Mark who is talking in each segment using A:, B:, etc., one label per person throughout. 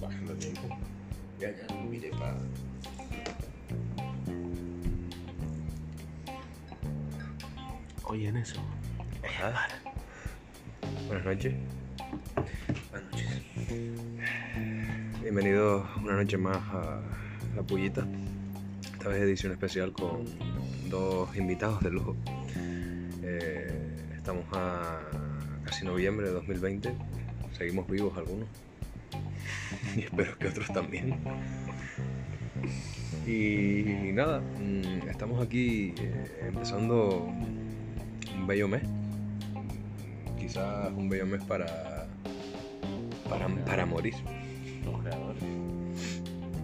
A: Bajando tiempo. Ya, ya, mire pa.
B: Oye, en eso.
A: Ajá. Buenas noches. Buenas noches. Bienvenidos una noche más a La Pullita. Esta vez edición especial con dos invitados de lujo. Eh, estamos a casi noviembre de 2020. Seguimos vivos algunos. Y espero que otros también. Y, nada, mm, estamos aquí eh, empezando un bello mes. Quizás un bello mes para, para, para morir.
B: Los creadores.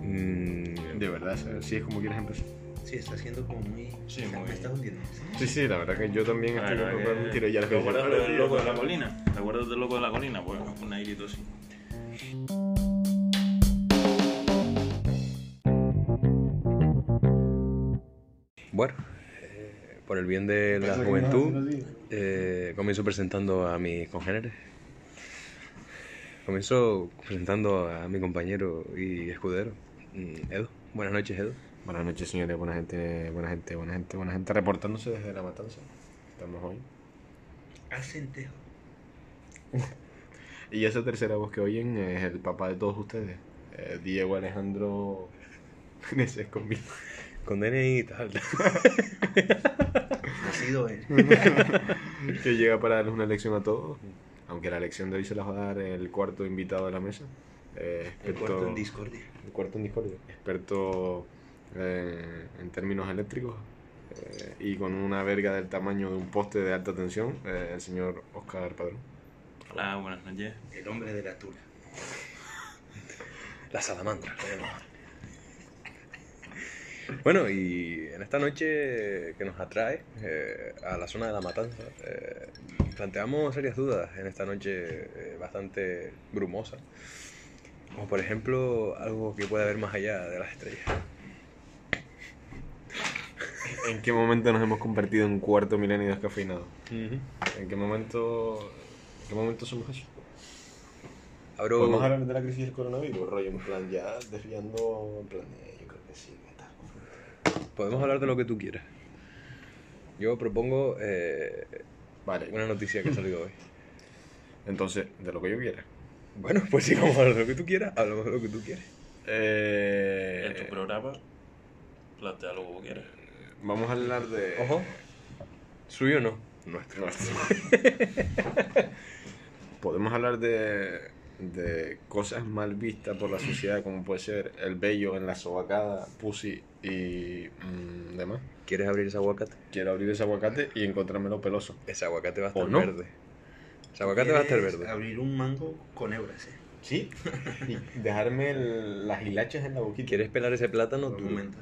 A: Mm,
C: De verdad, así es como quieres empezar.
D: Sí, está siendo como muy.
B: Sí,
D: me
B: muy-
D: estás hundiendo.
C: Sí, sí, la verdad que yo también estoy
B: Claro,
C: comprando
B: eh,
C: un tiro ya al
B: ¿Te acuerdas del loco de la
C: final.
B: colina? ¿Te acuerdas del loco de la colina? Pues un airito así.
A: Bueno, eh, por el bien de la juventud, eh, comienzo presentando a mis congéneres. Comienzo presentando a mi compañero y escudero, mm, Edo. Buenas noches, Edo.
C: Buenas noches, señores. Buena gente, buena gente, buena gente, buena gente. Reportándose desde la matanza. Estamos hoy.
D: Haz centejo.
C: Y esa tercera voz que oyen es el papá de todos ustedes. eh, Diego Alejandro. Ese es conmigo.
A: Con DNI y tal.
D: Nacido él.
C: que llega para darles una lección a todos. Aunque la lección de hoy se la va a dar el cuarto invitado de la mesa. eh,
D: El
C: experto-
D: cuarto en discordia.
C: El cuarto en discordia. Experto eh, en términos eléctricos eh, y con una verga del tamaño de un poste de alta tensión, eh, el señor Oscar Padrón.
B: Hola, Ah, buenas noches.
D: El hombre de la tula.
A: La salamandra. Bueno, y en esta noche que nos atrae eh, a la zona de la matanza, eh, planteamos serias dudas en esta noche eh, bastante brumosa. Como por ejemplo, algo que puede haber más allá de las estrellas.
C: ¿En qué momento nos hemos convertido en cuarto milenio descafeinado? ¿En qué momento, en qué momento somos eso?
A: Abro-
C: Podemos hablar de la crisis del coronavirus, rollo, en plan, ya desviando, en plan, eh, yo creo que sí, que tal.
A: podemos hablar de lo que tú quieras. Yo propongo eh,
C: Vale, bueno,
A: una noticia que ha salido hoy.
C: entonces, de lo que yo quiera.
A: Bueno, pues si vamos a hablar de lo que tú quieras, hablamos de lo que tú quieres.
C: Eh,
B: En tu programa, plantea lo que vos quieras.
C: vamos a hablar de...
A: Ojo, suyo no, nuestro.
C: Podemos hablar de, de cosas mal vistas por la sociedad, como puede ser el vello en la sobacada, pussy y mm, demás.
A: ¿Quieres abrir ese aguacate?
C: Quiero abrir ese aguacate y encontrármelo peloso.
A: Ese aguacate va a estar
C: ¿O no?
A: verde. Ese aguacate va a estar
D: Quieres
A: verde.
D: Abrir un mango con hebras, eh.
C: ¿Sí? Y dejarme el- las hilachas en la boquita.
A: ¿Quieres pelar ese plátano duro?
D: Documenta.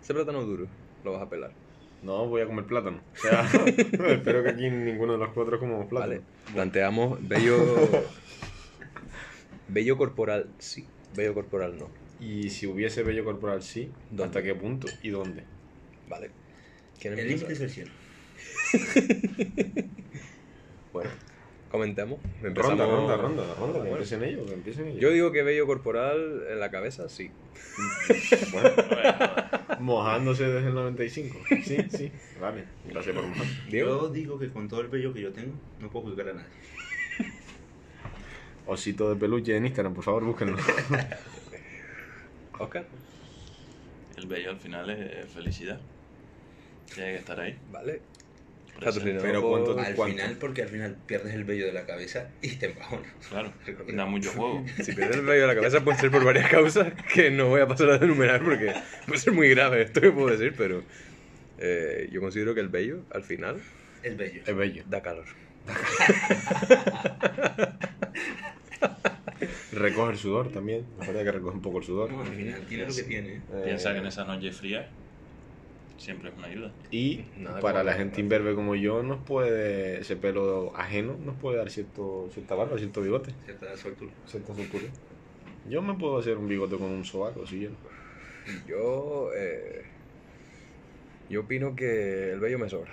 A: Ese plátano duro lo vas a pelar.
C: No, voy a comer plátano. O sea, espero que aquí ninguno de los cuatro comamos plátano.
A: Vale. Planteamos bello. bello corporal, sí. Bello corporal, no.
C: Y si hubiese vello corporal, sí.
A: ¿Dónde?
C: ¿Hasta qué punto? ¿Y dónde?
A: Vale. ¿Quién
D: El
A: empieza?
D: límite es el cielo.
A: Bueno, comentamos. Empezamos-
C: Ronda, ronda, ronda, ronda. Que
A: Bueno.
C: empiecen ellos, que empiecen ellos.
A: Yo digo que bello corporal en la cabeza, sí.
C: Bueno.
B: Bueno,
C: Mojándose desde el 95. Sí, sí. Vale, gracias por mojar.
A: Diego.
D: Yo digo que con todo el vello que yo tengo, no puedo juzgar a nadie.
C: Osito de peluche en Instagram, por favor, búsquenlo.
A: Oscar.
B: el bello al final es felicidad. Tiene que estar ahí.
A: Vale.
B: presente.
A: Patrocinado
C: Pero
A: por-
C: ¿cuánto
D: Al
C: ¿Cuánto?
D: final, porque al final pierdes el vello de la cabeza y te empajonas.
B: Claro, da mucho juego.
A: Si pierdes el vello de la cabeza puede ser por varias causas que no voy a pasar a enumerar porque puede ser muy grave esto que puedo decir, pero eh, yo considero que el vello al final
D: Es bello.
C: Es bello.
A: da calor.
C: Recoge el sudor también. Me parece que recoge un poco el sudor.
D: No, al final tiene lo que tiene. eh.
C: Eh,
B: Piensa que en esas noches frías siempre es una ayuda.
C: Y
A: Nada
C: para
A: como-
C: la gente imberbe como yo, nos puede, ese pelo ajeno nos puede dar cierto, cierta barba, cierto bigote,
D: Cierta soltura.
C: cierta soltura. Yo me puedo hacer un bigote con un sobaco, si quiero.
A: Yo, eh, yo opino que el vello me sobra.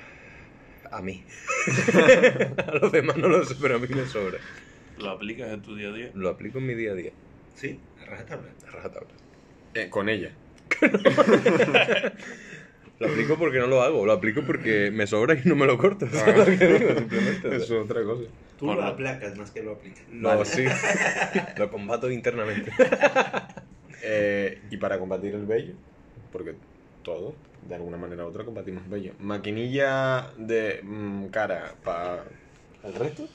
A: a mí. a los demás no lo sé, pero a mí me sobra.
B: ¿Lo aplicas en tu día a día?
A: Lo aplico en mi día a día,
D: Sí, a rajatabla.
A: a rajatabla.
C: Eh, con ella.
A: Lo aplico porque no lo hago, lo aplico porque me sobra y no me lo corto.
C: Ah.
A: ¿sabes lo que digo? Simplemente, o sea,
C: Eso es otra cosa.
D: Tú
B: Por
D: lo
B: la-
D: aplacas más que lo aplicas.
A: Lo, sí, lo combato internamente.
C: Eh, y para combatir el vello, porque todos, de alguna manera u otra, combatimos el vello. Maquinilla de mm, cara para el resto.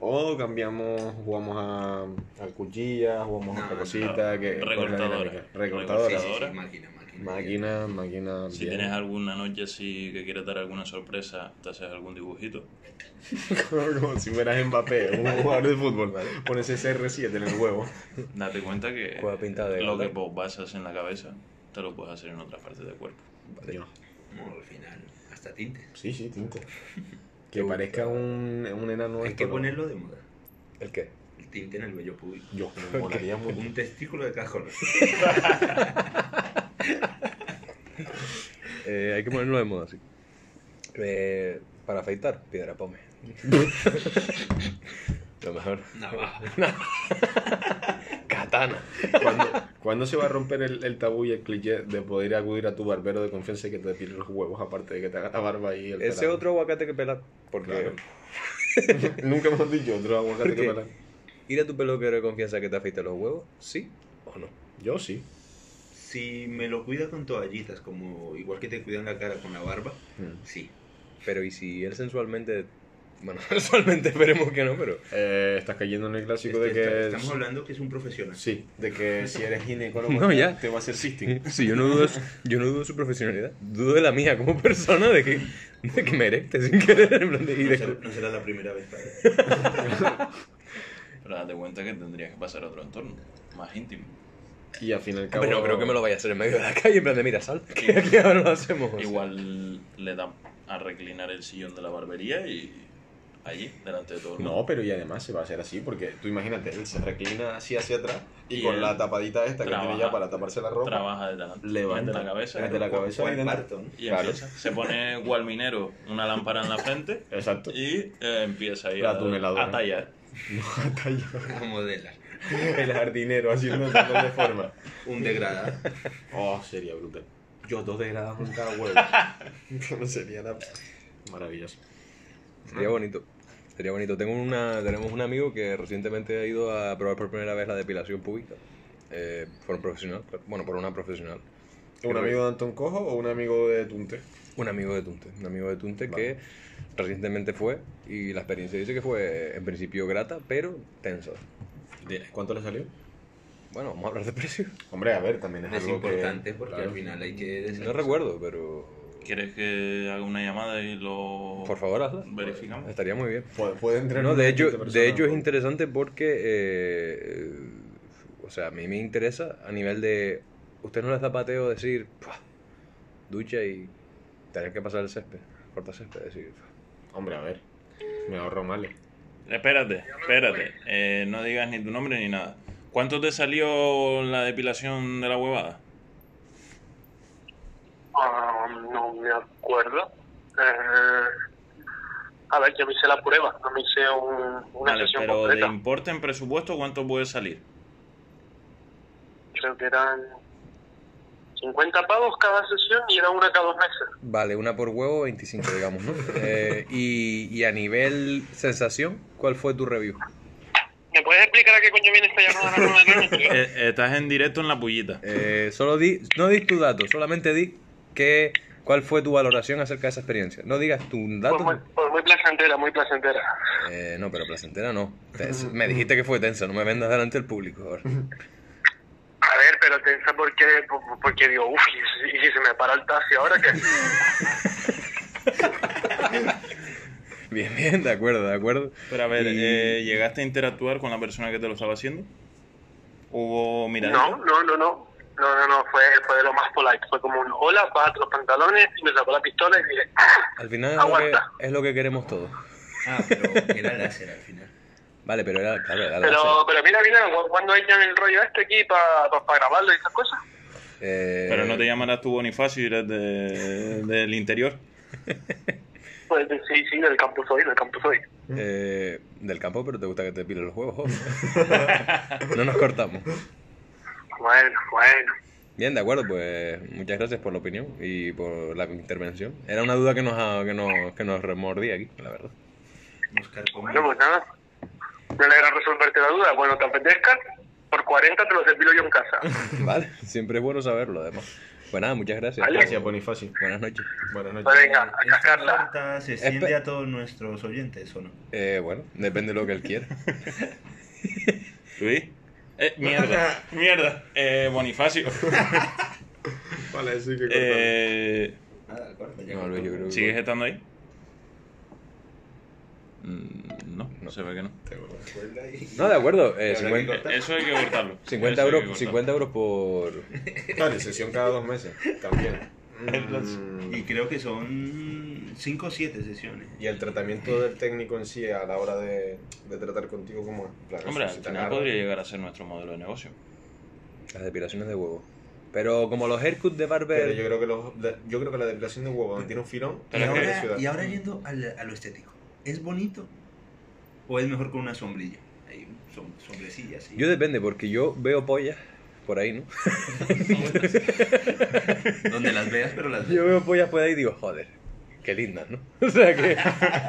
C: O cambiamos, jugamos a, al cuchilla, jugamos a otra
D: No,
C: cosita.
B: no,
C: Que, ¿cuál es la
B: recortadora.
C: dinámica? Recortadora.
D: Sí, sí, sí,
B: Ahora.
D: máquina, máquina.
C: Máquina, máquina.
B: Si
C: bien.
B: tienes alguna noche así que quieres dar alguna sorpresa, te haces algún dibujito.
C: Como si fueras Mbappé, un jugador de fútbol. Pones ese CR7 en el huevo.
B: Date cuenta que
A: Juega pinta de
B: lo
A: gata.
B: que vos basas en la cabeza, te lo puedes hacer en otras partes del cuerpo.
C: Yo,
D: No, al final, hasta tintes.
C: Sí, sí, tinta.
A: Qué
C: Que
A: bonito.
C: parezca un, un enano.
D: Hay que
C: esto, ¿no?
D: ponerlo de moda.
A: ¿El qué?
D: El tinte en el vello público.
C: Yo, me molaría mucho.
D: Un testículo de cajón.
A: Eh, hay que ponerlo de moda, sí. Eh, para afeitar, piedra pome. lo mejor.
D: Navaja.
A: Katana.
C: ¿Cuándo, cuándo se va a romper el, el tabú y el cliché de poder acudir a tu barbero de confianza y que te pile los huevos aparte de que te haga la barba y el
A: Ese
C: pelado?
A: otro aguacate que pelar. Porque
C: Claro. Nunca hemos dicho otro aguacate
A: ¿Por
C: que
A: qué?
C: pelar.
A: ir a tu peluquero de confianza que te afeite los huevos, ¿sí o no?
C: Yo sí.
D: Si me lo cuida con toallitas, como igual que te cuidan la cara con la barba,
A: Mm.
D: sí.
A: Pero y si él sensualmente. Bueno, sensualmente esperemos que no, pero.
C: Eh, estás cayendo en el clásico de
D: Este,
C: que.
D: está- Estamos hablando que es un profesional.
C: Sí, de que si eres ginecólogo
A: No, ya.
C: te va a hacer cysting.
A: Sí, yo no dudo, yo no dudo de su profesionalidad. Dudo de la mía como persona de que, de que me erecte sin querer. en plan de- y
D: No,
A: de-
D: será, no será la primera vez. para él.
B: Pero date cuenta que tendrías que pasar a otro entorno, más íntimo.
C: Y al fin y al cabo.
A: Hombre, no creo Ah, que me lo vaya a hacer en medio de la calle, en plan de mira, sal, que aquí ahora lo hacemos. o sea.
B: Igual le da a reclinar el sillón de la barbería y allí, delante de todo el mundo.
C: No, pero y además se va a hacer así porque tú imagínate, él se reclina así hacia atrás y,
B: Y
C: con
B: él
C: la tapadita esta que tiene
B: trabaja-
C: ya para taparse la ropa.
B: Trabaja de delante,
C: Levanta.
B: de la cabeza
C: Desde la cabeza
D: Juan
C: y dentro.
D: Parto, ¿no?
B: y
C: claro.
B: empieza. Se pone cual minero, una lámpara en la frente
C: Exacto.
B: y eh, empieza ahí
C: La
B: a,
C: tuneladora.
B: a tallar.
D: A modelar.
C: el jardinero haciendo un montón de forma.
D: Un degradado.
C: Oh, sería brutal. Yo dos degradados en cada huevo. no sería nada. Maravilloso.
A: Sería bonito. Sería bonito. Tengo una, tenemos un amigo que recientemente ha ido a probar por primera vez la depilación pública. Eh, por un profesional, claro. bueno, por una profesional.
C: ¿Un amigo de Antón Cojo o un amigo de Tunte?
A: Un amigo de Tunte. Un amigo de Tunte
C: Vale.
A: que recientemente fue y la experiencia dice que fue eh, en principio grata, pero tensa.
C: ¿Cuánto le salió?
A: Bueno, vamos a hablar de precios.
C: Hombre, a ver, también es,
D: Es
C: algo que-
D: importante porque
C: claro.
D: al final hay que
A: No
D: deshacerse.
A: recuerdo, pero.
B: ¿Quieres que haga una llamada y lo
A: Por favor, hazla.
B: verificamos?
A: Estaría muy bien.
C: Puede, puede entrar
A: No,
C: en
A: de
C: una
A: hecho,
C: persona,
A: de hecho es
C: ¿no?
A: interesante porque, eh, eh, o sea, a mí me interesa a nivel de, usted no le da pateo decir, "Puah, ducha y tener que pasar el césped, corta césped, decir, "Puah".
C: Hombre, a ver. Me ahorro males.
B: Espérate, espérate. Eh, no digas ni tu nombre ni nada. ¿Cuánto te salió la depilación de la huevada?
E: Ah, no me acuerdo. Eh, a ver, yo me hice la prueba, no me hice un- una
B: Vale,
E: sesión
B: pero de
E: completa.
B: importe en presupuesto, ¿cuánto puede salir?
E: Creo que eran 50 pavos cada sesión y era una cada dos meses.
A: vale, una por huevo, 25, digamos, ¿no? Eh, y, y a nivel sensación, ¿cuál fue tu review?
E: ¿Me puedes explicar a qué coño viene esta llamada? No, no, no, no.
B: Eh, estás en directo en la pullita.
A: Eh, solo di, no di tu dato, solamente di que, cuál fue tu valoración acerca de esa experiencia. No digas tu dato.
E: Pues muy, pues muy placentera, muy placentera.
A: Eh, no, pero placentera no. Te- Me dijiste que fue tensa, no me vendas delante del público ahora.
E: A ver, pero tensa porque, porque digo, uff, y, si- y si se me para el taxi ahora que...
A: Bien, bien, de acuerdo, de acuerdo.
B: Pero a ver,
A: Y-
B: eh, ¿llegaste a interactuar con la persona que te lo estaba haciendo? ¿Hubo miradita?
E: No, no, no, no. No, no, no, fue, fue de lo más polite. Fue como un hola, baja los pantalones, y me sacó la pistola y dije, "Ah".
A: Al final es lo,
E: Aguanta.
A: que, es lo que queremos todos.
D: Ah, pero era láser al final.
A: Vale, pero era, claro, era la
E: pero, pero mira, mira, cu- cuando echan el rollo este aquí para grabarlo y esas cosas.
A: serie. Eh,
B: Pero no te llamarás tu Bonifacio y eres de- del interior.
E: Pues de- sí, sí, del campo soy, del campo soy.
A: Eh, del campo, pero te gusta que te pilen los huevos. no nos cortamos.
E: Bueno, bueno.
A: Bien, de acuerdo, pues muchas gracias por la opinión y por la intervención. Era una duda que nos, ha- que nos, que nos remordía aquí, la verdad.
D: Nos carcomía.
E: Bueno, pues nada. Me alegra resolverte la duda. Bueno, te apetezca, por 40 te lo servilo yo en casa.
A: Vale, siempre es bueno saberlo, además. Pues nada, muchas gracias.
E: Vale.
C: Gracias, Bonifacio.
A: Buenas noches.
C: Buenas
E: Pues
C: noches.
E: venga, a
D: Esta
E: cascarla.
D: carta se extiende
A: Espe-
D: a todos nuestros oyentes, ¿o no?
A: Eh, bueno, depende de lo que él quiera.
B: Luis. Eh, mierda, mierda. Eh, Bonifacio.
C: Vale, sí que cortamos.
B: Eh,
D: Nada, corta, Ah, ya
A: No,
D: cortó.
A: Luis, yo creo que-
B: ¿Sigues estando ahí? Mm, No, no se ve que no.
D: Recuerda y-
A: No, de acuerdo. eh,
D: Habrá que
A: 50,
D: cortar.
B: Eh, Eso hay que cortarlo.
A: 50
B: Eso hay
A: euros,
B: que
A: 50 euros por...
C: Vale, sesión cada dos meses. También.
B: Entonces,
C: Mm,
D: Y creo que son 5 o 7 sesiones.
C: Y el tratamiento del técnico en sí a la hora de, de tratar contigo, ¿cómo es? En plan,
B: Hombre, al
C: si te
B: final
C: agarra-
B: podría llegar a ser nuestro modelo de negocio.
A: Las depilaciones de huevo. Pero como los haircuts de
C: Pero
A: barber...
C: yo creo que los, de- yo creo que la depilación de huevo donde tiene un filón
D: Y
B: Pero es que-
C: es de
D: ahora,
C: ciudad.
D: y ahora yendo al- a lo estético, ¿es bonito o es mejor con una sombrilla? Hay un som- sombrecilla, sí.
A: Yo depende, porque yo veo pollas por ahí, ¿no?
D: Donde las veas, pero las
A: Yo
D: veas.
A: veo pollas por ahí y digo, joder, qué lindas, ¿no? O sea, que,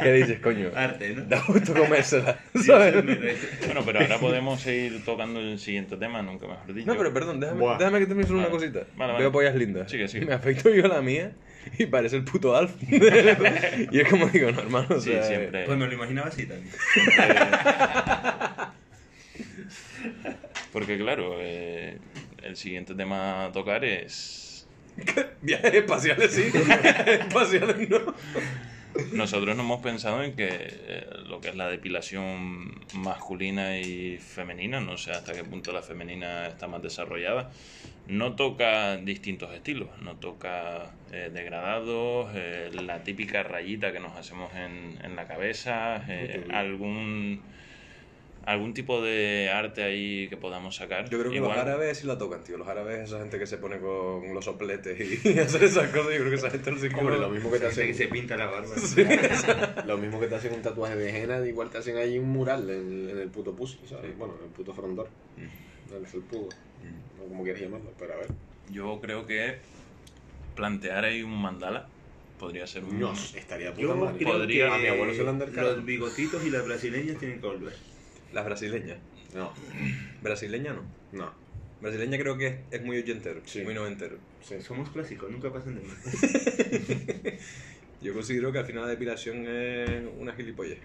A: ¿qué dices, coño?
B: Ah,
D: Arte, ¿no?
A: Da gusto comérselas,
D: Sí,
A: ¿sabes?
D: eso me re-
B: Bueno, pero ahora podemos seguir tocando el siguiente tema, nunca mejor dicho.
A: No, pero perdón, déjame,
C: Buah.
A: déjame que termine solo una
B: Vale.
A: cosita.
B: Vale, vale.
A: Veo pollas lindas.
B: Sigue, sigue.
A: Me afecto yo a la mía y parece el puto Alf. y es como digo, no, hermano, o
B: Sí,
A: sea,
B: siempre.
D: Pues me lo imaginaba así también.
B: Porque claro, eh, el siguiente tema a tocar es...
A: Viajes espaciales sí, espaciales no.
B: Nosotros no hemos pensado en que eh, lo que es la depilación masculina y femenina, no sé hasta qué punto la femenina está más desarrollada, no toca distintos estilos, no toca eh, degradados, eh, la típica rayita que nos hacemos en, en la cabeza, eh,
C: Puto, tío.
B: algún algún tipo de arte ahí que podamos sacar.
A: Yo creo que
B: Igual-
A: los árabes sí la tocan, tío. Los árabes, esa gente que se pone con los sopletes y hacer esas cosas, yo creo que esa gente no se
C: Hombre, lo mismo que te
D: Gente que se
C: hacen,
D: pinta la barba.
C: lo mismo que te hacen un tatuaje de henna, igual te hacen ahí un mural en, en el puto pussy, ¿sabes? Bueno, en el puto frontor,
B: Mm.
C: en el felpudo, o como quieras llamarlo, pero a ver.
B: Yo creo que plantear ahí un mandala podría ser un...
C: Dios, estaría puta
D: Yo
C: madre.
D: creo
B: Podría-
D: que
C: A mi abuelo se lo han del carajo.
D: los bigotitos y las brasileñas tienen que volver.
A: Las brasileñas.
C: No,
A: Brasileña no.
C: no,
A: Brasileña creo que es, es muy ochentero,
C: Sí.
A: muy noventero.
C: sí.
D: Somos clásicos, nunca pasan de más.
A: Yo considero que al final la depilación es una gilipollez.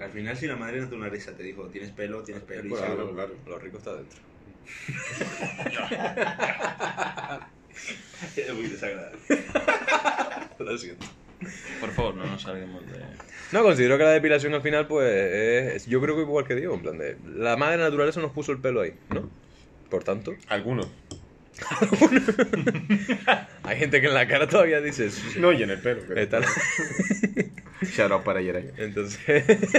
D: Al final, si la madre naturaleza te dijo, tienes pelo, tienes pelo, y
C: Por algo,
D: salgo".
C: claro.
A: Lo rico está dentro.
D: es muy desagradable.
A: Lo siento.
B: Por favor, no nos salgamos de...
A: No, considero que la depilación al final, pues, es, yo creo que igual que digo, en plan de, la madre naturaleza nos puso el pelo ahí, ¿no? Por tanto,
C: Algunos.
A: hay gente que en la cara todavía dice, "Sí,
C: No, y en el pelo. pero-
A: está la-".
C: Shout out para Yeray.
A: entonces,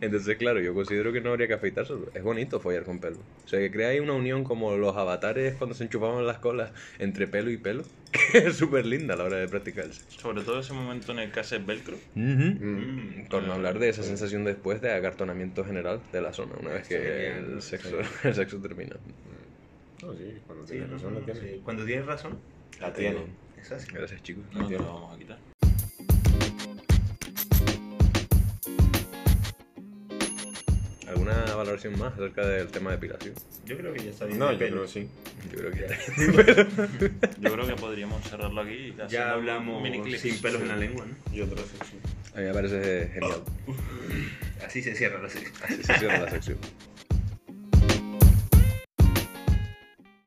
A: entonces, claro, yo considero que no habría que afeitarse, es bonito follar con pelo. O sea, que crea ahí una unión como los avatares cuando se enchufaban las colas entre pelo y pelo, que es súper linda a la hora de practicar el sexo.
B: Sobre todo ese momento en el que haces velcro.
A: Ujú.
C: Mm.
A: Por no hablar de esa sensación después de acartonamiento general de la zona, una vez que
D: Genial,
A: el
D: ¿no?
A: sexo, el sexo termina.
C: No, sí, cuando
D: Sí,
C: tienes
D: no,
C: razón
D: no,
C: la tienes.
D: sí. Cuando tienes razón,
C: La tienes.
D: es así.
A: Gracias, chicos.
B: No te lo vamos a quitar.
A: ¿Alguna valoración más acerca del tema de depilación?
D: Yo creo que ya está bien.
C: No,
D: el
C: yo
D: pelo.
C: creo que sí.
A: Yo creo que
B: Yo creo que podríamos cerrarlo aquí.
D: Ya hablamos sin pelos en la lengua, ¿no?
C: Y otra sección.
A: A mí me parece genial.
D: Así se cierra la serie.
A: Así se cierra la sección.